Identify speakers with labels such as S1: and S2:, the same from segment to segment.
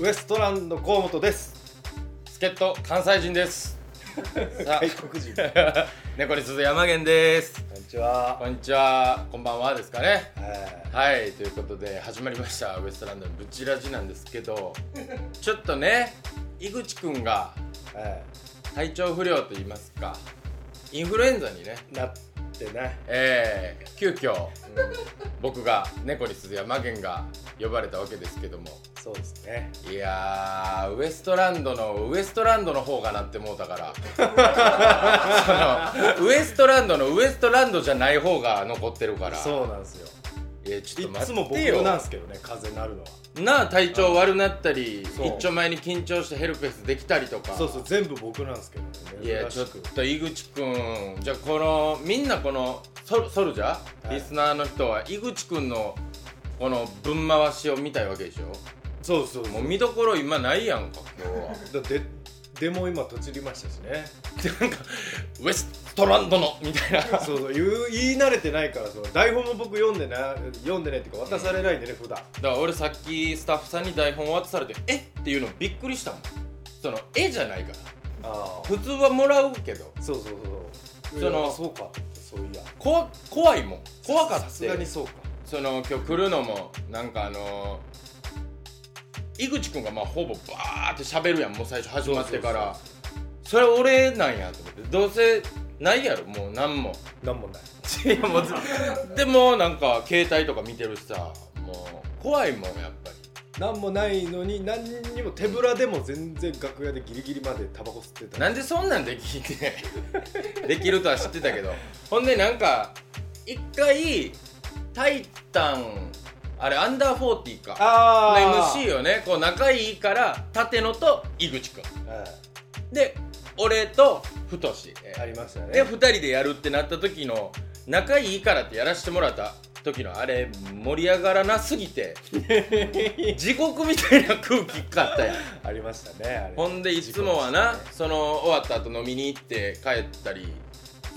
S1: ウエストランド河本です
S2: 助っ人関西 人ですさあ
S1: 外国人こ
S2: 猫に鈴山源です
S1: んにちは
S2: こんにちはこんばんはですかね
S1: は
S2: はいということで始まりましたウエストランドのブチラジなんですけ どちょっとね井口くんが
S1: いは
S2: 体調不良と言いますかインフルエンザにね
S1: いなってね
S2: えー、急遽僕が猫に鈴山源が呼ばれたわけですけども
S1: そうですね
S2: いやーウエストランドのウエストランドの方がなってもうたからそのウエストランドのウエストランドじゃない方が残ってるから
S1: そうなんですよ
S2: いやち
S1: い
S2: ょっと待
S1: つも
S2: っ
S1: 僕
S2: てよ
S1: なん
S2: な
S1: ですけどね風邪なるのは
S2: あ体調悪なったり
S1: そう
S2: 一丁前に緊張してヘルペスできたりとか
S1: そうそう全部僕なんですけどね
S2: いやちょ
S1: 珍
S2: っ
S1: しく
S2: と井口くんじゃあこのみんなこのソソルジャー、
S1: はい
S2: リスナーの人は井口くんのこの分回しを見たいわけでしょ
S1: そうそうそ
S2: も
S1: う
S2: う見どころ今ないやんか今日は。
S1: だってでも今とちりましたしね
S2: なんかウエストランドのみたいな
S1: そうそう言う言い慣れてないからその台本も僕読んでな読んでないっていうか渡されないんでね普段
S2: だから俺さっきスタッフさんに台本渡されて「えっ?」ていうのびっくりしたもんその「え」じゃないから
S1: あ
S2: 普通はもらうけど
S1: あそうそうそう
S2: そ
S1: い
S2: の
S1: やそうかそういや
S2: 怖怖いもん怖かった
S1: さすがにそうか
S2: その今日来るのもなんかあのー、井口くんがまあほぼバーって喋るやんもう最初始まってからそれ俺なんやと思ってどうせないやろもう何も
S1: なんもない
S2: いやもうずでもなんか携帯とか見てるしさもう怖いもんやっぱり
S1: なんもないのに何にも手ぶらでも全然楽屋でギリギリまでタバコ吸ってた
S2: なんでそんなんできてできるとは知ってたけどほんでなんか一回「タイタン」あれアンダーフォーティーかの
S1: あ
S2: MC をねこう仲いいから舘野と井口くん
S1: MC、は
S2: で俺と太志え
S1: い、あ
S2: ー
S1: りましたね
S2: で2人でやるってなった時の仲いいからってやらしてもらった時のあれ盛り上がらなすぎ て地獄みたいな空気かったやん
S1: ありましたねあれ
S2: ほんでいつもはな、その終わった後飲みに行って帰ったり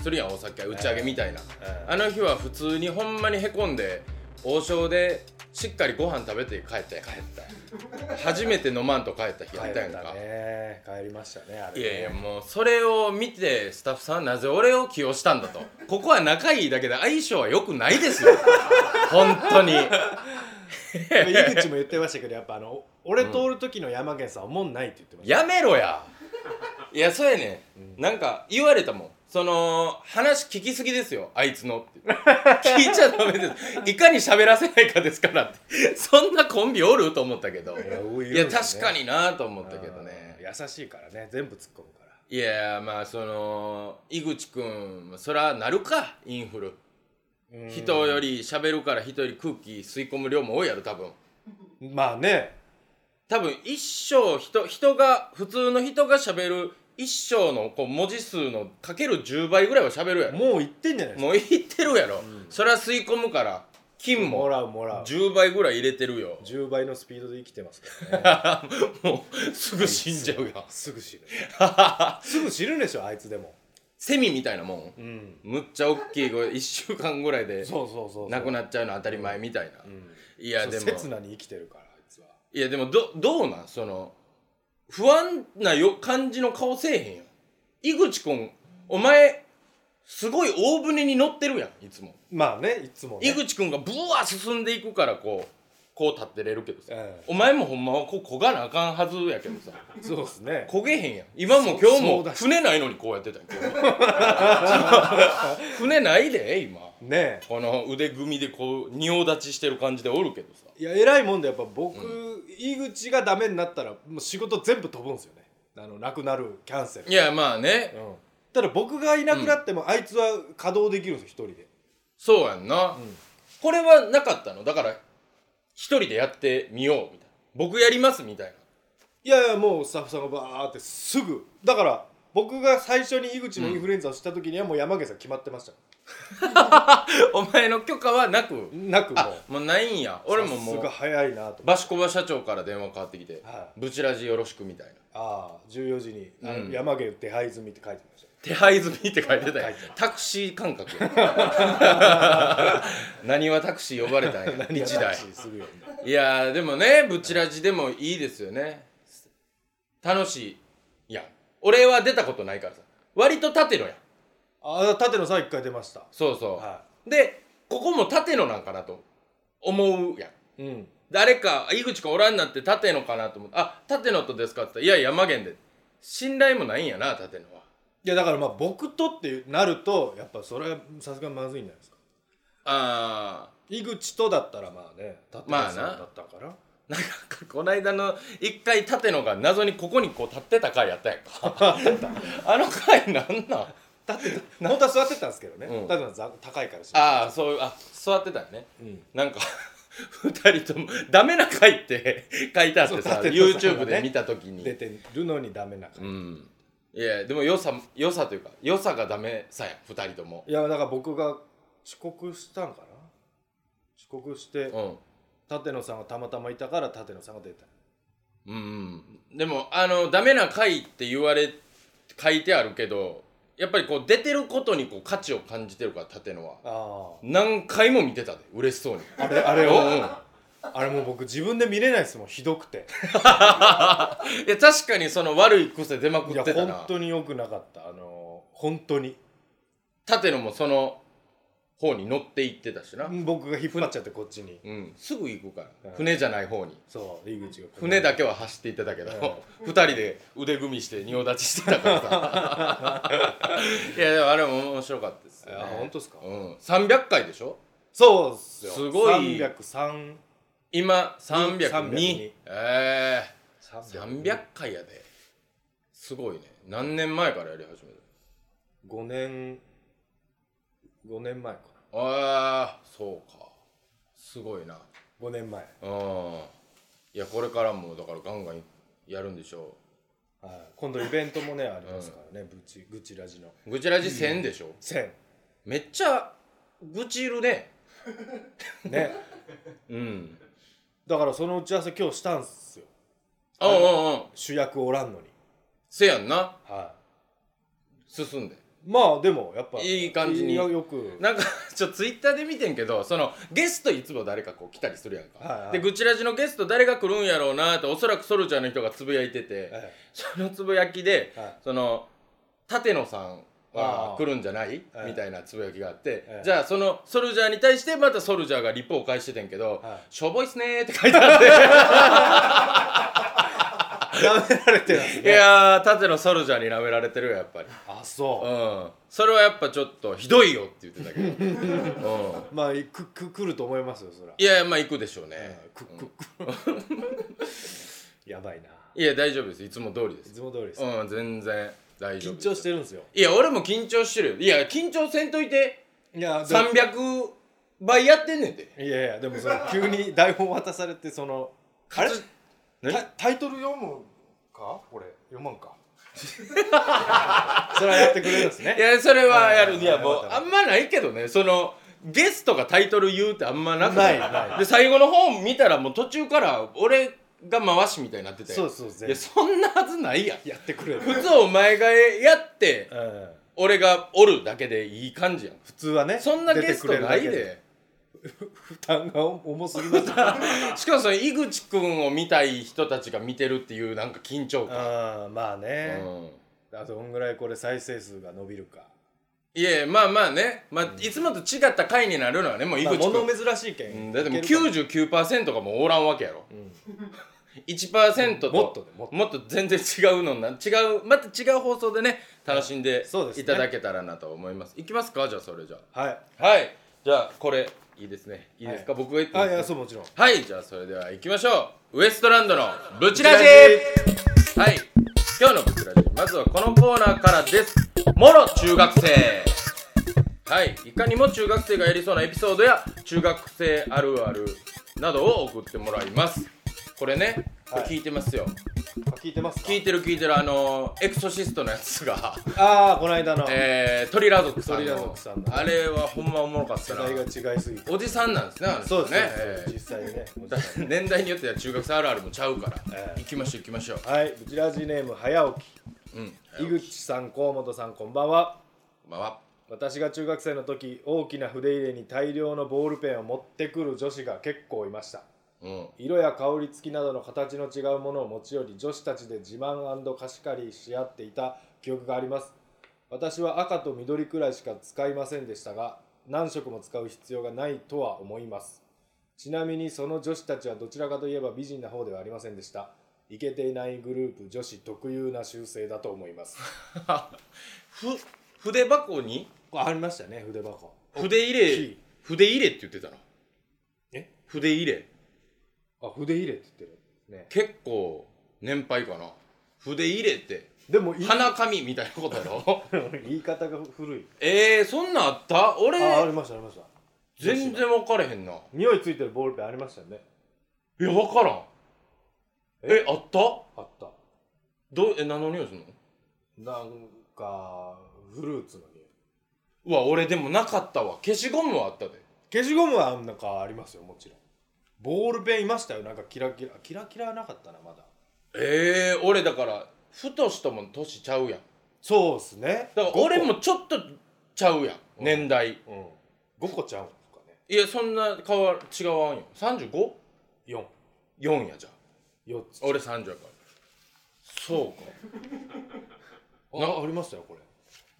S2: するやんお酒打ち上げみたいな、
S1: ええ
S2: あの日は普通にほんまにへこんで王将でしっかりご飯食べて帰ったやん帰った初めて飲まんと帰った日
S1: 帰
S2: やったやんか
S1: ったね帰りましたねあれ
S2: いやいやもうそれを見てスタッフさんはなぜ俺を起用したんだとここは仲いいだけで相性は良くないですよ本当に
S1: 井口も言ってましたけどやっぱあの俺通る時の山源さんはおもんないって言ってました、
S2: やめろや いやそうやね、ん、なんか言われたもんその話聞きすぎですよあいつのって聞いちゃダメですいかに喋らせないかですからってそんなコンビおると思ったけどい
S1: や多いよね
S2: や確かになと思ったけどね
S1: うん優しいからね全部突っ込むから
S2: いやまあその井口くんそらなるかインフル人より喋るから人より空気吸い込む量も多いやろ多分
S1: まあね
S2: 多分一生人人が普通の人が喋る一生のこう文字数のかける10倍ぐらいは喋るやろ
S1: もう言ってんじゃないです
S2: もう言ってるやろ、それは吸い込むから金
S1: かも
S2: も
S1: らうもらう
S2: 10倍ぐらい入れてるよ
S1: 10倍のスピードで生きてますからね
S2: もうすぐ 死んじゃうよ
S1: すぐ死ぬすぐ死ぬでしょあいつでも
S2: セミみたいなもん、
S1: うん
S2: むっちゃ大きい声1週間ぐらいで
S1: そうそうそうそう
S2: なくなっちゃうの当たり前みたいな、
S1: うん
S2: いやでも
S1: 刹那に生きてるからあいつはい
S2: やでもどどうなんその不安なよ感じの顔せえへんよ井口くんお前すごい大船に乗ってるやんいつも
S1: まあねいつもね
S2: 井口くんがブワー進んでいくからこうこう立ってれるけどさ、
S1: ええ
S2: お前もほんまはこうこがなあかんはずやけど さ
S1: そうですね
S2: こげへんやん今も今
S1: そ
S2: 日
S1: そう
S2: も
S1: だし
S2: 船ないのにこうやってたん や今日船ないで今
S1: ね
S2: この腕組みでこう仁王立ちしてる感じでおるけどさ
S1: えいや偉いもんでやっぱ僕、井口がダメになったらもう仕事全部飛ぶんですよねあのなくなるキャンセル
S2: いやまあね
S1: うんただ僕がいなくなっても、あいつは稼働できるんですよ一人で
S2: そうやんな、これはなかったのだから一人でやってみようみたいな僕やりますみたいない
S1: やいやもうスタッフさんがバーってすぐだから僕が最初に井口のインフルエンザをした時にはもう山毛さん決まってました、
S2: お前の許可はなく
S1: なくもう
S2: あもうないんや俺もも
S1: さすが
S2: う
S1: 早いなと
S2: バシコバ社長から電話かかってきて
S1: は
S2: 「ブチラジよろしく」みたいな
S1: ああ14時に「あの
S2: うん
S1: 山毛手配済み」って書いてました
S2: 手配済みって書いてた
S1: 書い
S2: よ
S1: てた
S2: タクシー 感覚何はタクシー呼ばれ たんや一台
S1: するよね
S2: いやーでもねブチラジでもいいですよね楽しいいや俺は出たことないからさ割と縦野やん
S1: あ舘野さん一回出ました
S2: そうそう、
S1: は
S2: でここも縦野なんかなと思うやん
S1: いうん
S2: 誰か井口かおらんなって縦野かなと思って「あ縦野とですか?」って言ったら「いや山源で」信頼もないんやな縦野は。
S1: いやだからまあ僕とってなるとやっぱそれはさすがにまずいんじゃないですか
S2: あ
S1: 井口とだったらまあね舘野さん
S2: まあな
S1: だったから、
S2: ーなんかこの間の一回縦野が謎にここにこう立ってた回やったやんかあの回なんなん
S1: 立ってた本当は座ってたんですけどね、
S2: うん
S1: 舘野さん高いからし
S2: ああそういうあ座ってたよね
S1: うん
S2: なんか 二人とも「ダメな回」って書いてあってさ
S1: そう縦野さんが
S2: YouTube
S1: ね
S2: で見た時に
S1: 出てるのにダメな感じ、
S2: うんいやでも良さ良さというか良さがダメさや二人とも
S1: いやだから僕が遅刻したんかな遅刻して
S2: うん
S1: 舘野さんがたまたまいたから舘野さんが出た
S2: うんうん、でもあのダメな回って言われ書いてあるけどやっぱりこう出てることにこう価値を感じてるから立野は
S1: あ
S2: 何回も見てたで嬉しそうに
S1: ああれあれ
S2: うんうん
S1: をあれもう僕自分で見れないですもんひどくて
S2: いや確かにその悪い癖出まく
S1: い
S2: っ
S1: や
S2: てた
S1: 本
S2: な
S1: 当に良くなかったあの本当に
S2: 立野もその方に乗っていってたしな、
S1: 僕が引っ張っちゃってこっちに
S2: うん、すぐ行くか
S1: う
S2: ら
S1: ん
S2: 船じゃない方に
S1: そう井口がこう
S2: 船だけは走っていってたけど、二人で腕組みして仁王立ちしてたからさ いやでもあれも面白かったです
S1: い
S2: よ、ね、
S1: や本当ですか
S2: うん、300回でしょ
S1: そうっすよ
S2: すごい
S1: 303
S2: 今
S1: 302
S2: 302ええ300
S1: 300
S2: 回やですごいね何年前からやり始めた
S1: 5年5年前か
S2: ああそうかすごいな
S1: な5年前
S2: うんいやこれからもだからガンガンやるんでしょ
S1: はい今度イベントもねありますからね、ブチ愚痴ラジの
S2: うぐちらじ1000でしょ、
S1: 1000
S2: めっちゃ愚痴るね
S1: ね
S2: うん
S1: だからその打ち合わせ今日したんすよ
S2: あうんうんうん
S1: 主役おらんのに
S2: せやんな
S1: は
S2: 進んで
S1: いまあでもやっぱ
S2: いい感じに
S1: よよく
S2: なんか ちょツイッターで見てんけどそのゲストいつも誰かこう来たりするやんか、
S1: はいはい
S2: でぐちらじのゲスト誰が来るんやろうなっておそらくソルジャーの人がつぶやいてて、
S1: え
S2: そのつぶやきで、
S1: はい
S2: その舘野さんは
S1: あー
S2: 来るんじゃない
S1: ええ
S2: みたいなつぶやきがあって、
S1: ええ
S2: じゃあそのソルジャーに対してまたソルジャーがリポを返しててんけど、
S1: はい
S2: しょぼいっすねーって書いてあって
S1: え舐められてない
S2: いやー舘野ソルジャーに舐められてるよやっぱり
S1: あそうう、
S2: んそれはやっぱちょっとひどいよって言ってたけ ど、うん、
S1: まあくく来ると思いますよそりゃ
S2: いやまあ行くでしょうね、
S1: くくくやばいない
S2: や大丈夫ですいつも通りで
S1: い
S2: す
S1: つも通りです、
S2: うん全然大丈夫
S1: 緊張してるんですよ
S2: いや俺も緊張してるよいや緊張せんといて
S1: いやで
S2: 300倍やってんねんて
S1: いやいやでもその急 に台本渡されてそのあれタ
S2: 何
S1: タイトル読むかこれ読まんかそれはやってくれるんです
S2: い
S1: ね
S2: やそれはや
S1: う
S2: る
S1: ん
S2: いやも
S1: よか
S2: う
S1: った
S2: あんまないけどねそのゲストがタイトル言うってあんまなくて
S1: ないない
S2: で最後の方見たらもう途中から俺が回しみたいになってて
S1: そうそう全
S2: いや
S1: 部
S2: そんなはずないやん
S1: やってくれる、
S2: 普通お前がやって
S1: うん、
S2: 俺がおるだけでいい感じやん
S1: 普通はね
S2: そんなゲストない
S1: 出てくれるだけ
S2: で
S1: 負担が重すぎますよ あ
S2: しかもその井口くんを見たい人たちが見てるっていうなんか緊張感、
S1: ーまあ
S2: う
S1: ね、
S2: ん、
S1: あとどんぐらいこれ再生数が伸びるか、
S2: いやまあまあね、まあ、いつもと違った回になるのはねもう井
S1: まあ、
S2: 口くん、
S1: 物珍しいけん、
S2: うんだってもう
S1: いけるか
S2: 99%がもうおらんわけやろ
S1: も、
S2: 1%と
S1: もっとねもっと
S2: もっと全然違うのな違うまた違う放送でね楽しんで
S1: そうですね
S2: いただけたらなと思いますいきますかじゃあそれじゃ
S1: うん、はい
S2: あはいじゃあこれいいですねいいですか、
S1: は
S2: 僕が言っていい
S1: あい
S2: ですか
S1: やそうもちろん
S2: はい、じゃあそれでは行きましょう。ウエストランドのブチラジはい、今日のブチラジまずはこのコーナーからです。もろ中学生はい、いかにも中学生がやりそうなエピソードや中学生あるあるなどを送ってもらいます。これね、これ聞いてますよ。
S1: あ聞いてますか
S2: 聞いてる聞いてるあのエクソシストのやつ が、
S1: ああこの間の世
S2: えー、トリラ族さん
S1: トリラ
S2: の
S1: 族さんの
S2: あれはほんまおもろかったな。
S1: 代が違いすぎて
S2: おじさんなんですね、あの人
S1: そうですね
S2: えー
S1: 実際ね
S2: だ年代によっては中学生あるあるもちゃうから、
S1: ええ
S2: 行きましょう行きましょう
S1: はいブチラジネーム早起き
S2: うん
S1: 井口さん河本さんこんばんは
S2: まあわ
S1: 私が中学生の時大きな筆入れに大量のボールペンを持ってくる女子が結構いました
S2: うん
S1: 色や香り付きなどの形の違うものを持ち寄り女子たちで自慢貸し借りし合っていた記憶があります私は赤と緑くらいしか使いませんでしたが何色も使う必要がないとは思いますちなみにその女子たちはどちらかといえば美人な方ではありませんでしたイケていないグループ女子特有な習性だと思います
S2: ふ筆箱に
S1: ありましたね筆箱
S2: 筆
S1: 大き
S2: 入れ
S1: い
S2: 筆入れって言ってたな
S1: え
S2: 筆入れ
S1: あ筆入れって言ってるね
S2: 結構年配かな筆入れって
S1: でもい
S2: 花紙みたいなことやろ
S1: 言い方が古い
S2: えー、そんなんあった
S1: ああり
S2: 俺
S1: ましたありました
S2: 全然分かれへんない
S1: 匂いついてるボールペンありましたよね
S2: や分からんえあった
S1: あった
S2: どうえ何の匂いするの
S1: なんかフルーツの匂いう
S2: わ俺でもなかったわ消しゴムはあったで
S1: 消しゴムはなんかありますよもちろんボールペンいましたよなんかキラキラキラキラはなかったなまだ
S2: えー、俺だからふとしとも年ちゃうやん
S1: そうっすね
S2: だから俺もちょっとちゃうやん
S1: うん
S2: 年代
S1: うん5個ちゃうんですかね
S2: いやそんな変わ違わんよ 35?4
S1: 44
S2: やじゃあ
S1: つ
S2: 俺30やからそうか
S1: あありましたよこれ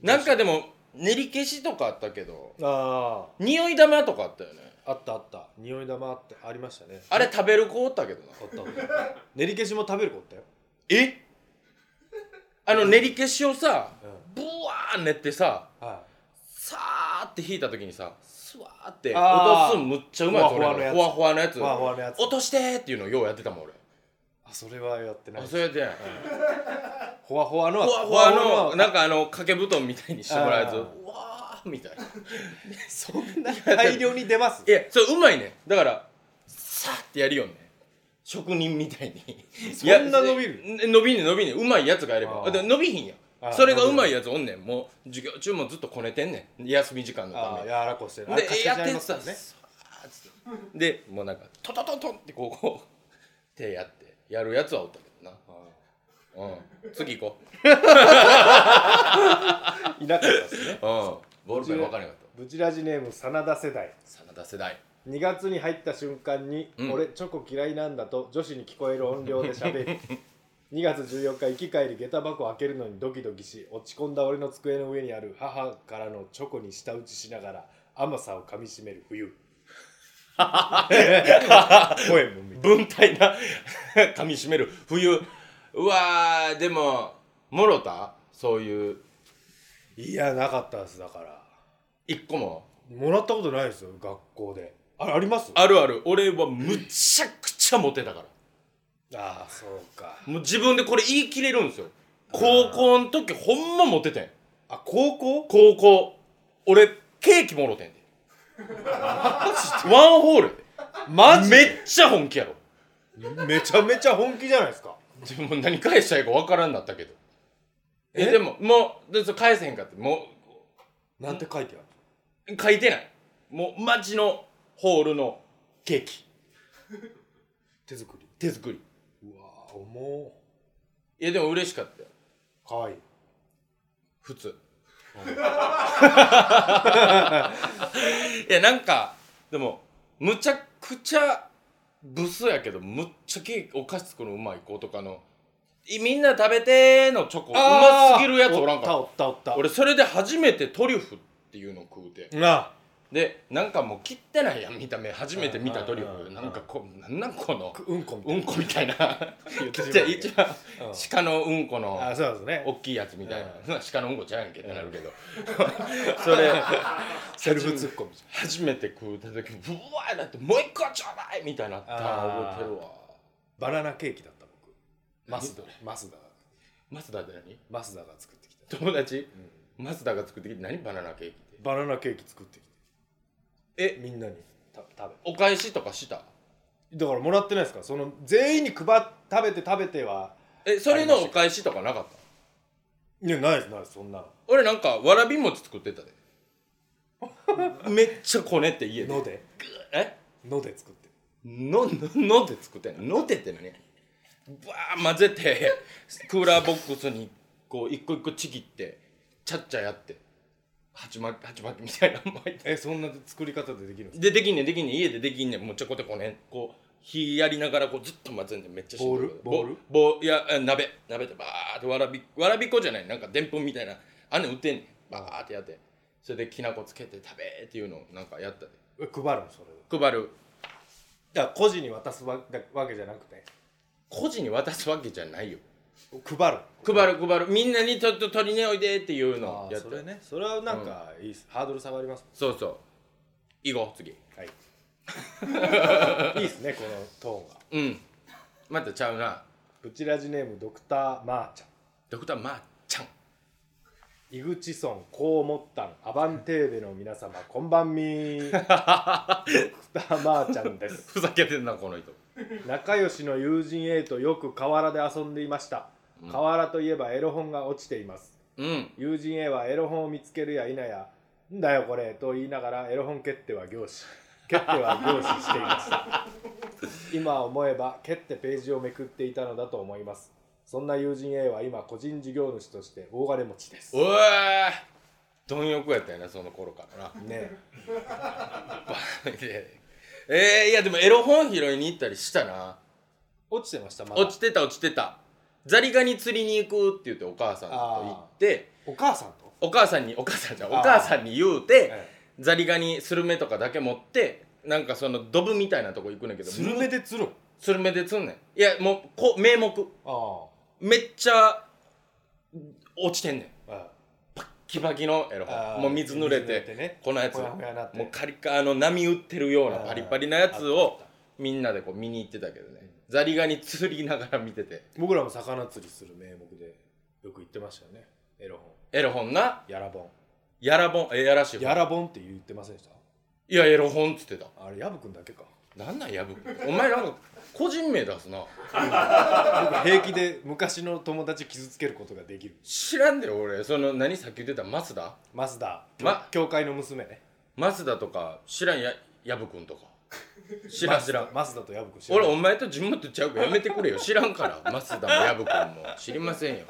S2: なんかでも練り消しとかあったけど
S1: あ
S2: 匂い玉とかあったよね
S1: ああったあった匂い玉あってありましたね
S2: あれ食べる子おったけどな
S1: あったあ った練り消しも食べる子おったよ
S2: えあの練り消しをさ
S1: う
S2: ブワー練ってさ
S1: は
S2: さーって引いた時にさスワーって
S1: あー
S2: 落とすんむっちゃうまい
S1: ふわふわのやつ
S2: ほわほわのやつ
S1: ふわふわのやつ
S2: 落としてーっていうのようやってたもん俺
S1: いあそれはやってない
S2: あそれで
S1: ほわほわのは
S2: ほわほわ
S1: ほわ
S2: の
S1: ほわ
S2: なんかあの掛け布団みたいにしてもらうやつ
S1: あ
S2: う
S1: ー
S2: わーみたいな
S1: そんな大量に出ます
S2: いやそれうまいねだからさーってやるよね職人みたいに
S1: そんな伸びる
S2: いや伸びんねん伸びんねんうまいやつがやれば
S1: あー
S2: あでも伸びひんや
S1: あー
S2: それがうまいやつおんねんもう授業中もずっとこねてんねん休み時間のた
S1: あ
S2: め
S1: あ
S2: に
S1: やわらこしてるあれカチ
S2: で
S1: カ
S2: や
S1: チ
S2: っ
S1: り
S2: て
S1: ま
S2: た
S1: すから
S2: ねでもうなんかトトトントンってこうこう手やってやるやつはおったけどな、うん、次行こ
S1: いなかったですね
S2: う、うん、ボールペン分からなかっ
S1: ブチラジネーム真田世代
S2: た真田世代
S1: 2月に入った瞬間に「
S2: うん
S1: 俺チョコ嫌いなんだ」と女子に聞こえる音量で喋 り2月14日行き帰り下駄箱開けるのにドキドキし落ち込んだ俺の机の上にある母からのチョコに舌打ちしながら甘さをかみしめる 冬ポエムみたい
S2: 文体な 噛みしめる冬うわーでももろたそういう
S1: いやなかったですだから
S2: 一個も
S1: もらったことないですよ学校でああります
S2: あるある俺はむちゃくちゃモテたから
S1: ああそうか
S2: もう自分でこれ言い切れるんですよ高校の時ほんまモテてん
S1: あ高校
S2: 高校俺ケーキもろてんでワンホール
S1: マジ
S2: めっちゃ本気やろ
S1: めちゃめちゃ本気じゃないですか
S2: でも何返したらいいか分からんなったけどえ
S1: え
S2: でももうでそれ返せへんかっても
S1: なんて書いてある
S2: う書いてないもう街のホールのケーキ
S1: 手作り
S2: 手作り
S1: うわー重
S2: いやでも嬉しかったよ
S1: ーかわいい
S2: 普通 いやなんかでもむちゃくちゃブスやけどむっちゃケーキお菓子作るのうまい子とかのいみんな食べてーのチョコうますぎるやつおらんか
S1: お
S2: っ
S1: ったおった
S2: た
S1: おっ
S2: 俺それで初めてトリュフっていうのを食うて
S1: たな
S2: でなんかもう切ってないやん見た目初めて見たトリュ
S1: う
S2: フ
S1: ん
S2: なんかこうなんなんこの
S1: うんこみた
S2: う
S1: い
S2: んこみ たいな
S1: 言ってしまう
S2: じゃあ一番
S1: うん
S2: 鹿のうんこの
S1: なあそうですね
S2: 大きいやつみたいな、鹿のうんこちゃうやんけってなるけど、それ
S1: セルフツッコミじ
S2: 初めて食うた時ブワーなってもう一個ちょうだいみたいになったの
S1: あー
S2: 覚えてるわ
S1: ゃんバナナケーキだった僕マスダ
S2: 何
S1: マスダが
S2: マスダって何
S1: マスダが作ってきた、
S2: 友達、マスダが作ってきて何バナナケーキって
S1: バナナケーキ作ってきた
S2: え
S1: みんなにた食べ
S2: お返しとかした
S1: だからもらってないですかその全員に配っ食べて食べては
S2: えそれのお返しとかなかった
S1: いやないですないですそんな
S2: 俺なんかわらび餅作ってた でめっちゃこねって家で
S1: のので
S2: え
S1: ので作ってる
S2: の のので作ってんののでって何バー混ぜてクーラーボックスにここう一個一個ちぎってちゃっちゃやって鉢巻き鉢巻きみたいなの巻いて
S1: えそんな作り方でできるんです
S2: でできんねんできんねん家でできんねんもうちょこちょこねこう火やりながらこうずっと混ぜんねんめっちゃしんどい
S1: ボールボール
S2: ボボいやえ鍋鍋でバーってわらびわらび粉じゃないなんかでんぷんみたいなあんねん売ってんねんバーってやってそれできな粉つけて食べーっていうのをなんかやったで
S1: か配るのそれ
S2: 配る
S1: だから個人に渡すわわけじゃなくて
S2: 個人に渡すわけじゃないよ
S1: 配る
S2: 配る配るみんなにちょっと取りねおいでっていうのをやった
S1: それねそれはなんかいいっす、ハードル下がります
S2: そうそう行こう次
S1: はいいいっすねこのトーンが
S2: うんまたちゃうな
S1: プチラジネームドクター・マーちゃん
S2: ドクターまーちゃん
S1: 井口村こう思ったんアバンテーベの皆様こんばんみードクター・マーちゃんです
S2: ふざけてんなこの人
S1: 仲良しの友人 A とよく河原で遊んでいました河原といえばエロ本が落ちています
S2: うん
S1: 友人 A はエロ本を見つけるや否や「んだよこれ」と言いながらエロ本決定は凝視 決定は凝視していました 今思えば蹴ってページをめくっていたのだと思いますそんな友人 A は今個人事業主として大金持ちです
S2: おえ貪欲やったよなその頃からな
S1: ね
S2: バーでえー、いやでもエロ本拾いに行ったりしたな
S1: 落ちてましたまだ
S2: 落ちてた落ちてたザリガニ釣りに行くって言ってお母さんと行って
S1: お母さんと
S2: お母さんにお母さんじゃんお
S1: あー
S2: 母さんに言うて、
S1: え
S2: ザリガニスルメとかだけ持ってなんかそのドブみたいなとこ行くねんけど
S1: スルメで釣る
S2: スルメで釣んねんいやもうこ名目
S1: あ
S2: めっちゃ落ちてんねん
S1: あ
S2: キバキのエロ
S1: あー
S2: 本もう水濡れて
S1: 水濡れてね
S2: このやつ
S1: ほやほやなって
S2: もうカリカあの波打ってるような
S1: あー
S2: パリパリなやつ
S1: あっ
S2: を
S1: たあっ
S2: みんなでこう見に行ってたけどねザリガニ釣りながら見てて
S1: 僕らも魚釣りする名目でよく言ってましたよねエロ本
S2: エロ本な
S1: やら本
S2: やら本えやらしい
S1: や
S2: 本
S1: ら本って言ってませんでした
S2: いやエロ本っつってた
S1: あれ薮君だけか
S2: なんなんやぶお前なんか個人名出すな
S1: 僕平気で昔の友達傷つけることができる
S2: 知らんで俺その何さっき言ってたマスダ
S1: マスダー、
S2: ま
S1: 教会の娘ね
S2: マスダとか知らんややぶくんとか知らん知らん
S1: マスダと薮君知ら
S2: 俺
S1: ん
S2: お前と地元ちゃうからやめてくれよ知らんからマスダもヤブくんも知りませんよ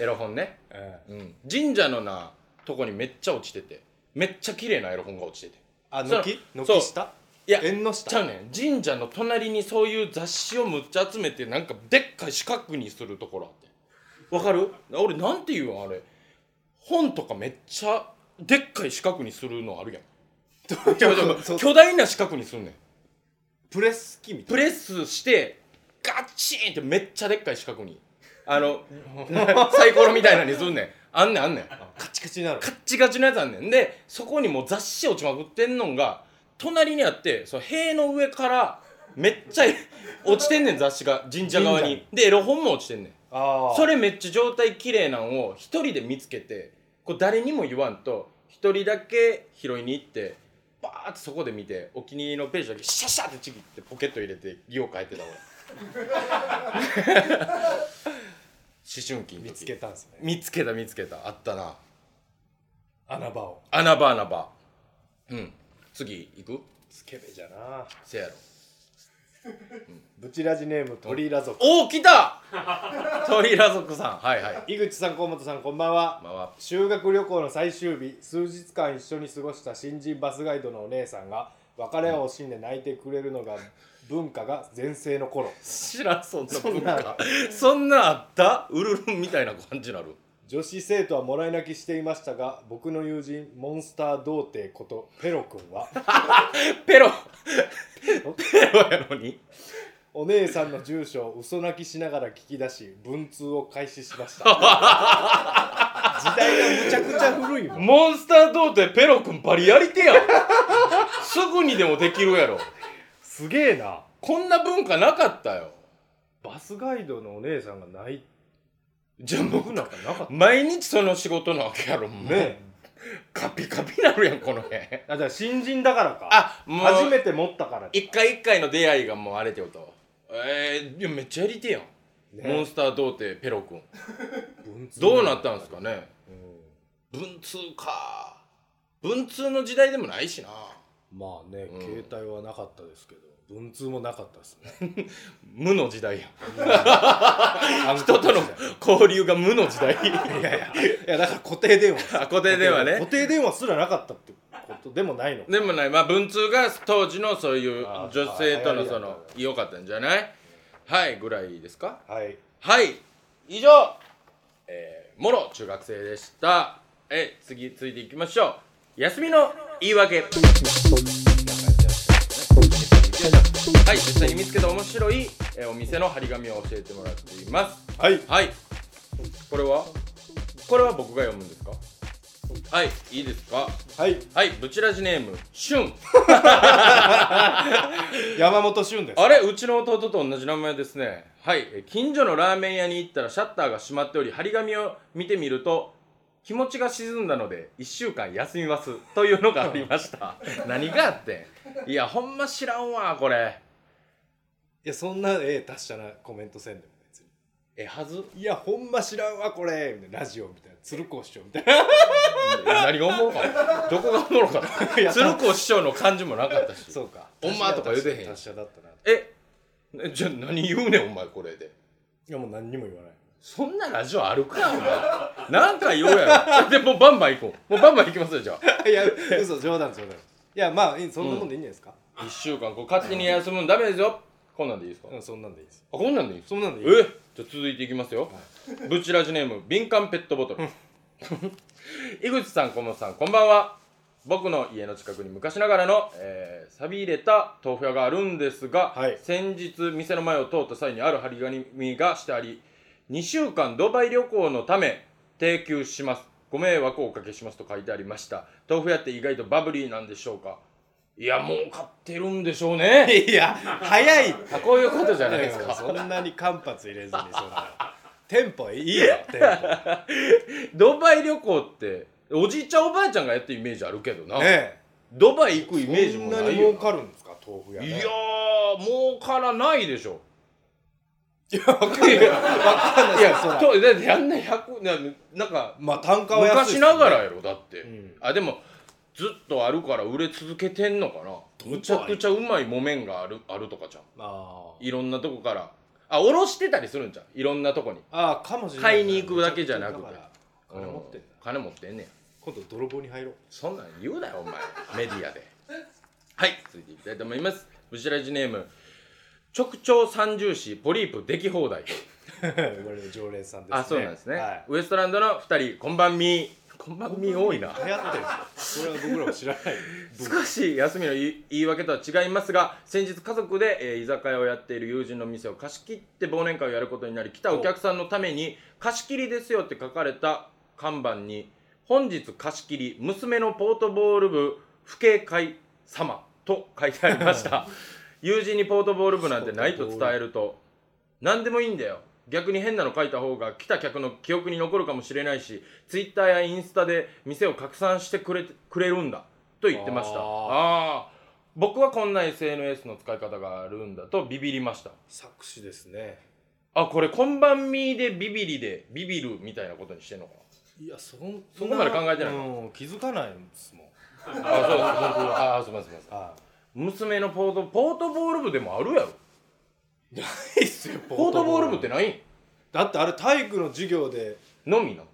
S2: エロ本ね、
S1: ええ
S2: うん、神社のなとこにめっちゃ落ちててめっちゃ綺麗なエロ本が落ちてて
S1: あ
S2: そう
S1: 軒
S2: そう
S1: 軒下
S2: いや
S1: 縁の
S2: ちゃ
S1: 下
S2: うねん神社の隣にそういう雑誌をむっちゃ集めてなんかでっかい四角にするところあってわかる俺なんて言うんあれ本とかめっちゃでっかい四角にするのあるやんちょちょち
S1: そ
S2: ょ
S1: う
S2: 巨大な四角にすんねん
S1: プレス機みた
S2: プ
S1: いな
S2: レスしてガチーンってめっちゃでっかい四角にあの サイコロみたいなのにすんねんあんねんあんねんカ
S1: カチカチになる
S2: ッチガチのやつあんねんでそこにもう雑誌落ちまくってんのが隣にあってその塀の上からめっちゃ落ちてんねん雑誌が神社側
S1: 神社
S2: にでエロ本も落ちてんねん
S1: ああ
S2: それめっちゃ状態綺麗なんを一人で見つけてこう誰にも言わんと一人だけ拾いに行ってバーってそこで見てお気に入りのページだけシャシャってちぎってポケット入れて字を書いて た俺思春期の時
S1: 見つけたんですね
S2: 見つけた見つけたあったな
S1: 穴場を
S2: 穴場穴場うん次行く
S1: スケベじゃな
S2: せやろ
S1: ブチラジネーム鳥ラ族
S2: おお来た 鳥ラ族さんはいはい
S1: 井口さん河本さんこんばんは
S2: まあまあ
S1: 修学旅行の最終日数日間一緒に過ごした新人バスガイドのお姉さんが別れを惜しんで泣いてくれるのが文化が全盛の頃
S2: 知らんそんな文
S1: そん
S2: 化そんなんあったウルルンみたいな感じなる
S1: 女子生徒はもらい泣きしていましたが僕の友人モンスター童貞ことペロ君は
S2: ペロ
S1: ロ
S2: ペロやのに
S1: お姉さんの住所を嘘泣きしながら聞き出し文通を開始しま した時代がむちゃくちゃ古いもん
S2: モンスター童貞ペロくんバリやりてやんすぐにでもできるやろ
S1: すげえな
S2: こんな文化なかったよ
S1: バスガイドのお姉さんが泣い
S2: じゃあ
S1: 僕
S2: 僕
S1: な
S2: なん
S1: かなかったね
S2: 毎日その仕事なわけやろもう
S1: え
S2: カピカピなるやんこの辺
S1: あだから新人だからか
S2: あもう
S1: 初めて持ったから
S2: 一回一回の出会いがもうあれってことえー、いやめっちゃやりてえやん、モンスター童貞ペロくんどうなったんですかね文通か文通の時代でもないしな
S1: まあね、
S2: うん
S1: 携帯はなかったですけど文通もなかったですね
S2: 無の時代や
S1: 人
S2: 人との 交流が無の 時代
S1: いやいやいやだから固定電話です
S2: 固定電話ね
S1: 固定電話すらなかったってことでもないの
S2: でもないまあ文通が当時のそういう
S1: あー
S2: 女性とのそ
S1: あ
S2: の
S1: ー
S2: 良かったんじゃないはいぐらいですか
S1: はい
S2: はい以上えー、もろ中学生でしたえ次ついていきましょう休みの言い訳はい実際に見つけた面白い、えーお店の張り紙を教えてもらっています
S1: はい
S2: はいこれはこれは僕が読むんですかはいいいですか
S1: はい
S2: はいブチラジネームしゅん
S1: 山本俊です
S2: あれうちの弟と同じ名前ですねはいえ近所のラーメン屋に行ったらシャッターが閉まっており張り紙を見てみると気持ちが沈んだので1週間休みますというのがありました 何があってんいやほんま知らんわこれ
S1: いやそんなええ達者なコメントせんでも別に
S2: えはず
S1: いやほんま知らんわこれみたいなラジオみたいな 鶴光師匠みたいな
S2: 何がおもろかったどこがおもろかった
S1: いや
S2: 鶴子師匠の感じもなかったし
S1: そうか
S2: ほんまとか言うてへん
S1: 達者だったな
S2: ええじゃあ何言うねんお前これで
S1: いやもう何にも言わない
S2: そんなラジオあるかお前なんか言おうやろでもうバンバン行こうもうバンバン行きますよじゃあ
S1: いや、嘘、冗談、冗談。いや、まあ、いいそんなもんでいいんじゃないですか。
S2: 1週間こう勝手に休むのダメですよこんなんでいいですか、
S1: う
S2: あ
S1: ん、そんなんでいい です。
S2: こんなんでいいです
S1: そんなんでいい。
S2: えじゃあ続いていきますよ、ブチラジネーム敏感ペットボトル 井口さん小本さんこんばんは僕の家の近くに昔ながらの、えー、錆び入れた豆腐屋があるんですが、
S1: はい
S2: 先日店の前を通った際にある張り紙がしてあり2週間ドバイ旅行のため提供しますご迷惑をおかけしますと書いてありました豆腐屋って意外とバブリーなんでしょうかいやもう買ってるんでしょうね
S1: いや、早い。
S2: あこういうことじゃないですか
S1: そんなに間髪入れずに、そんな。テンポいいよ、テンポ。
S2: ドバイ旅行っておじいちゃんおばあちゃんがやってるイメージあるけどな、
S1: ね
S2: ドバイ行くイ
S1: え。
S2: メージもな
S1: そんないに
S2: よ
S1: 儲かるんですか、豆腐屋、
S2: な
S1: ね。
S2: いやー儲からないでしょ
S1: わかんない。わかんない。いや、そら。
S2: とだってやんな100ななんか
S1: まあ、単価は安いっす
S2: 昔
S1: ね、
S2: ながらやろだって、
S1: ん
S2: あでもずっとあるから売れ続けてんのかなむちゃくちゃうまい木綿があるあるとかじゃん
S1: あー
S2: いろんなとこからあおろしてたりするんじゃんいろんなとこに
S1: あー、かもしれない。
S2: 買いに行くだけじゃなくて
S1: だから金持ってんだ
S2: う。金持ってんねん
S1: 今度、泥棒に 入ろう。
S2: そんなん言うなよお前メディアではい続いていきたいと思いますブチラジネーム直腸三重視ポリープでき放題、
S1: 我々常連さんです、ね。
S2: あそうなんですね、
S1: はい。
S2: ウエストランドの2人こんばんみこんばんみ多いな
S1: 流行ってるんですよ。これは僕らも知ら ない。
S2: 少し休みの言い言い訳とは違いますが先日家族で、えー居酒屋をやっている友人の店を貸し切って忘年会をやることになり来たお客さんのために「貸し切りですよ」って書かれた看板に「本日貸し切り娘のポートボール部父兄会様」と書いてありました友人にポートボール部なんてないと伝えると何でもいいんだよ逆に変なの書いた方が来た客の記憶に残るかもしれないしツイッターやインスタで店を拡散してくれてくれるんだと言ってました
S1: あー
S2: ああー僕はこんな SNS の使い方があるんだとビビりました
S1: 作詞ですね。
S2: あこれ「こんばんみ」でビビりでビビるみたいなことにしてんのか
S1: いやそん
S2: そこまで考えてない
S1: うん、気づかないんですもん
S2: なあそうです僕はあーすみませんすみません
S1: は
S2: 娘のポートポートボール部でもあるやろ
S1: いないっすよ
S2: ポートボール部ってない
S1: だってあれ体育の授業で
S2: のみの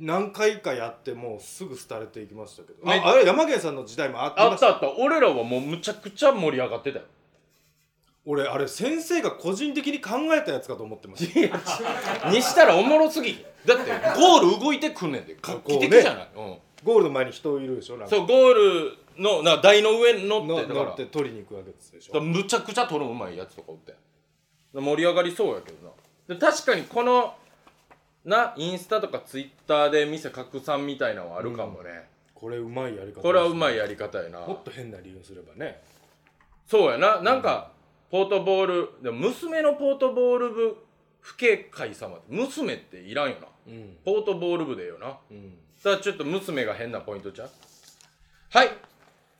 S1: 何回かやってもうすぐ廃れていきましたけど
S2: ね
S1: ああれ山源さんの時代もあって
S2: あ
S1: ま
S2: っ
S1: したた
S2: あった俺らはもうむちゃくちゃ盛り上がってたよ
S1: 俺あれ先生が個人的に考えたやつかと思ってました
S2: にしたらおもろすぎひんだってゴール動いてくんねんで画期的じゃない、
S1: ゴールの前に人いるでしょな
S2: うんん、
S1: か
S2: そうゴールのな台の上に乗
S1: の
S2: ってだか
S1: 乗
S2: ら
S1: って取りに行くわけですでし
S2: だから
S1: ょ
S2: むちゃくちゃ取るうまいやつとかおって盛り上がりそうやけどなで確かにこのなインスタとかツイッターで店拡散みたいなのはあるかもね、
S1: これうまいやり方
S2: これはうま
S1: い
S2: いやり方やな
S1: もっと変な理由すればね
S2: そうやななんか、ポートボールでも娘のポートボール部父兄会様娘っていらんよな
S1: うん
S2: ポートボール部でよな
S1: うん
S2: さあちょっと娘が変なポイントちゃうはい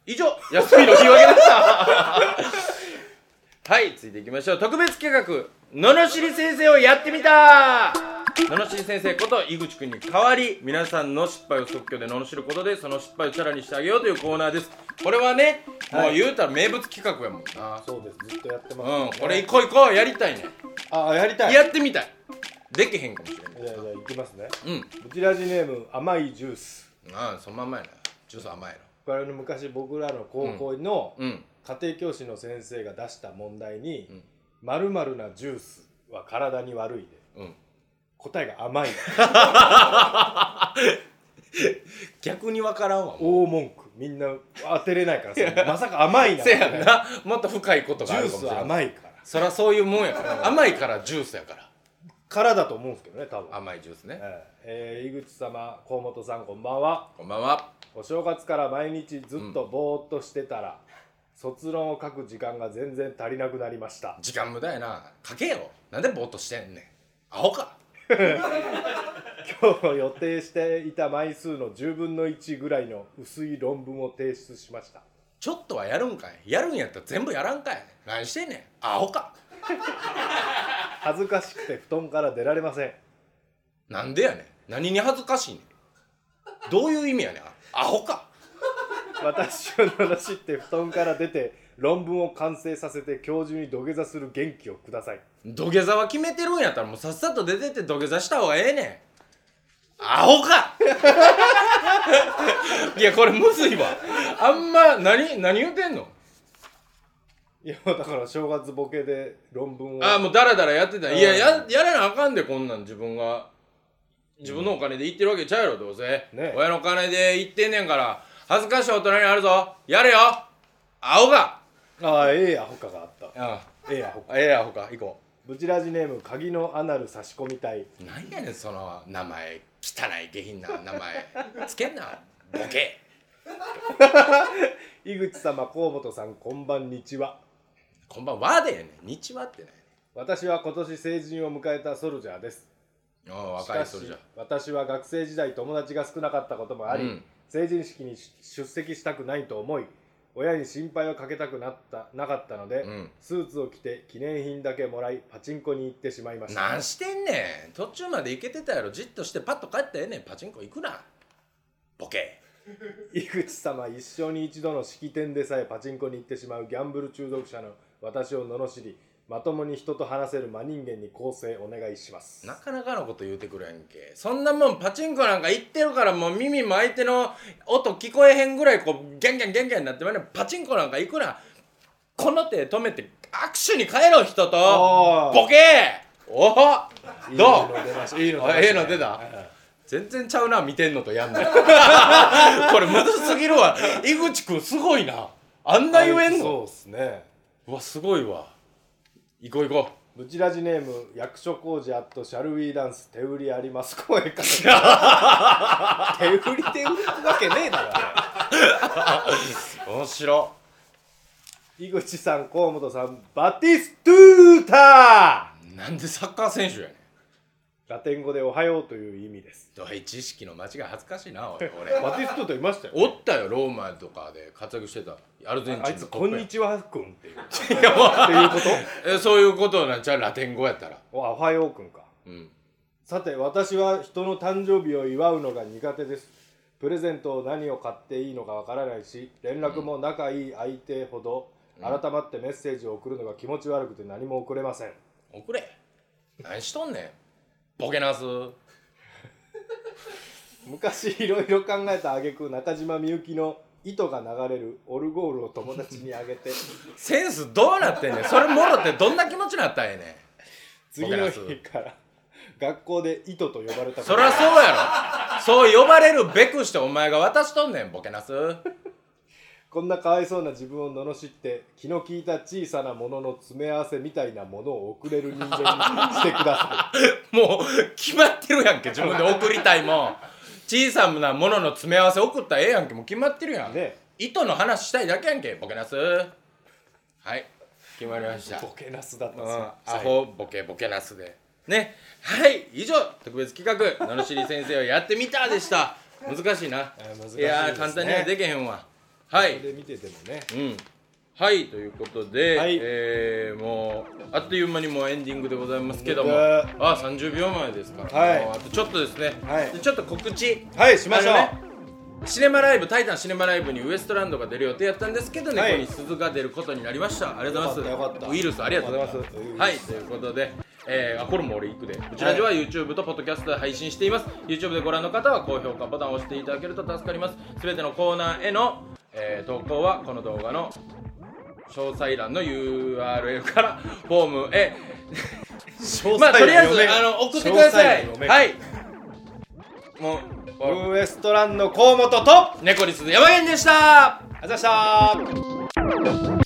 S2: 以上休みの日分けでした はいついていきましょう特別企画「ののしり先生をやってみた」罵り先生こと井口くんに代わり皆さんの失敗を即興で罵ることでその失敗をチャラにしてあげようというコーナーですこれはね、
S1: はい
S2: もう言うたら名物企画やもんな
S1: そうですずっとやってます、
S2: うんこれ行こう行こうやりたいね
S1: あやりたい
S2: やってみたいできへんかもしれ
S1: いやいやいきますね
S2: んうん
S1: ブチラジネーム甘いジュース
S2: ああそのまんまやなジュース甘いの
S1: これあの昔僕らの高校の
S2: うん
S1: 家庭教師の先生が出した問題に
S2: うん
S1: 「まるなジュースは体に悪い」で
S2: うん
S1: 答えが甘い
S2: 逆に分からんわもう
S1: 大文句みんな当てれないからさまさか甘いな
S2: せやんなもっと深いこと
S1: ジ
S2: があ
S1: ュー
S2: るかもし
S1: ス
S2: れ
S1: は甘
S2: ない
S1: いから
S2: そりゃそういうもんやから甘いからジュースやから
S1: からだと思うんですけどね多分
S2: 甘いジュースね
S1: えええー井口様河本さんこんばんは
S2: こんばんは
S1: お正月から毎日ずっとぼーっとしてたら、卒論を書く時間が全然足りなくなりました
S2: 時間無駄やなかけよなんでぼーっとしてんねんアホか
S1: 今日予定していた枚数の10分の1ぐらいの薄い論文を提出しました
S2: ちょっとはやるんかいやるんやったら全部やらんかい何してんねんアホか
S1: 恥ずかしくて布団から出られません
S2: なんでやねん何に恥ずかしいねんどういう意味やねんアホか
S1: 私を罵って布団から出て論文を完成させて教授に土下座する元気をください
S2: 土下座は決めてるんやったらもうさっさと出てって土下座した方がええねんアホか いやこれむずいわあんま何何言うてんの
S1: いやだから正月ボケで論文を
S2: ああもうダラダラやってたいや
S1: うん
S2: ややらなあかんでこんなん自分が自分のお金で行ってるわけちゃうやろどうせ、
S1: ね
S2: 親のお金で行ってんねんから恥ずかしい大人にあるぞやれよ青が
S1: ああええアホかがあった
S2: あ
S1: ええアホか
S2: ええやほか行こ
S1: ブチラジネーム鍵のアナル差し込み隊
S2: うなんやねんその名前汚い下品な名前つけんなボケ
S1: 井口様河本さんこんばんにちは
S2: こんばんはでやねん日はってない
S1: 私は今年成人を迎えたソルジャーです
S2: ねんおう
S1: し
S2: 若
S1: か
S2: い
S1: し
S2: 人じゃ
S1: 私は学生時代友達が少なかったこともあり、
S2: うん
S1: 成人式に出出席したくないと思い親に心配をかけたくなったなかったので、
S2: うん
S1: スーツを着て記念品だけもらいパチンコに行ってしまいました
S2: なんしてんねん途中まで行けてたやろじっとしてパッと帰ったらええねんパチンコ行くなボケ
S1: 井口様一生に一度の式典でさえパチンコに行ってしまうギャンブル中毒者の私を罵りまともに人と話せる真人間に構成お願いします
S2: なかなかのこと言うてくるやんけそんなもんパチンコなんか行ってるからもう耳も相手の音聞こえへんぐらいこうギャンギャンギャンギャンになってまうねんパチンコなんか行くなこの手止めて握手に帰ろう人と
S1: おー
S2: ボケおお
S1: いい
S2: どう
S1: の出ましたいいの出ました
S2: あええの出た
S1: はいはい
S2: 全然ちゃうな見てんのとやんの これむずすぎるわ井口くんすごいなあんな言え
S1: そ
S2: ん
S1: う
S2: の
S1: っすね
S2: うわすごいわ行こう行こう
S1: ブチラジネーム役所工事アットシャルウィーダンス手売りあり ます声かけ手売り手売るわけねえだろあ
S2: 面白
S1: れ井口さん河本さんバティストゥータ
S2: なんでサッカー選手やね
S1: ー
S2: ん
S1: ラテン語でおはようという意味です
S2: どい知識の間違い恥ずかしいなお い俺
S1: バティストゥーターいましたよ
S2: おったよローマとかで活躍してたアルゼンチンの
S1: あいつ「こんに
S2: ち
S1: ちはくん」 っていう
S2: は
S1: っていうこと
S2: えそういうことなんちゃうラテン語やったら
S1: おあおはようくんか
S2: うん
S1: さて私は人の誕生日を祝うのが苦手ですプレゼントを何を買っていいのかわからないし連絡も仲いい相手ほど改まってメッセージを送るのが気持ち悪くて何も送れません
S2: 送れ何しとんねんボケなす
S1: 昔いろいろ考えた挙句中島みゆきの「糸が流れるオルゴール」を友達にあげ て
S2: センスどうなってんねんそれもろってどんな気持ちになったんやね
S1: 次の日から学校で「糸」と呼ばれた
S2: ん
S1: こ
S2: そ
S1: と
S2: りゃそうやろそう呼ばれるべくしてお前が渡しとんねんボケなす
S1: こんなかわいそうな自分を罵って気の利いた小さなものの詰め合わせみたいなものを送れる人間にしてください
S2: もう決まってるやんけ自分で送りたいもん小さなものの詰め合わせ送ったらええやんけもう決まってるやん、
S1: ね
S2: 糸の話したいだけやんけボケナスはい決まりました
S1: ボケナスだったん
S2: うん
S1: ですよ
S2: アホボケボケナスでねはい以上特別企画「ののしり先生をやってみた」でした難しいな
S1: えー難しいです
S2: い
S1: ね
S2: やー簡単にはできへんわはい
S1: ここで見ててもね
S2: うん、はいということで、
S1: はい
S2: えーもうあっという間にもうエンディングでございますけども
S1: ね
S2: あ30秒前ですか、
S1: はい
S2: もうあとちょっとですね、
S1: はい
S2: でちょっと告知
S1: はいしましょう
S2: あのねシネマライブ、タイタンシネマライブにウエストランドが出る予定やったんですけどね、
S1: はい
S2: ここに鈴が出ることになりました。ありがとうござい
S1: よかったよか
S2: ま
S1: っ
S2: す。
S1: た
S2: ウイルス、ありがとうございま
S1: よかった
S2: す。はい、ということで、えーあ、これも俺行くで。こちらでは YouTube とポッドキャストで配信しています。YouTube でご覧の方は高評価ボタンを押していただけると助かります。すべてのコーナーへの、えー投稿はこの動画の詳細欄の URL からフォームへ。まあ、とりあえず、あの、送ってください。はいい。もう、
S1: ウエストランド河本とありがとう
S2: 猫に鈴山源でした
S1: ございました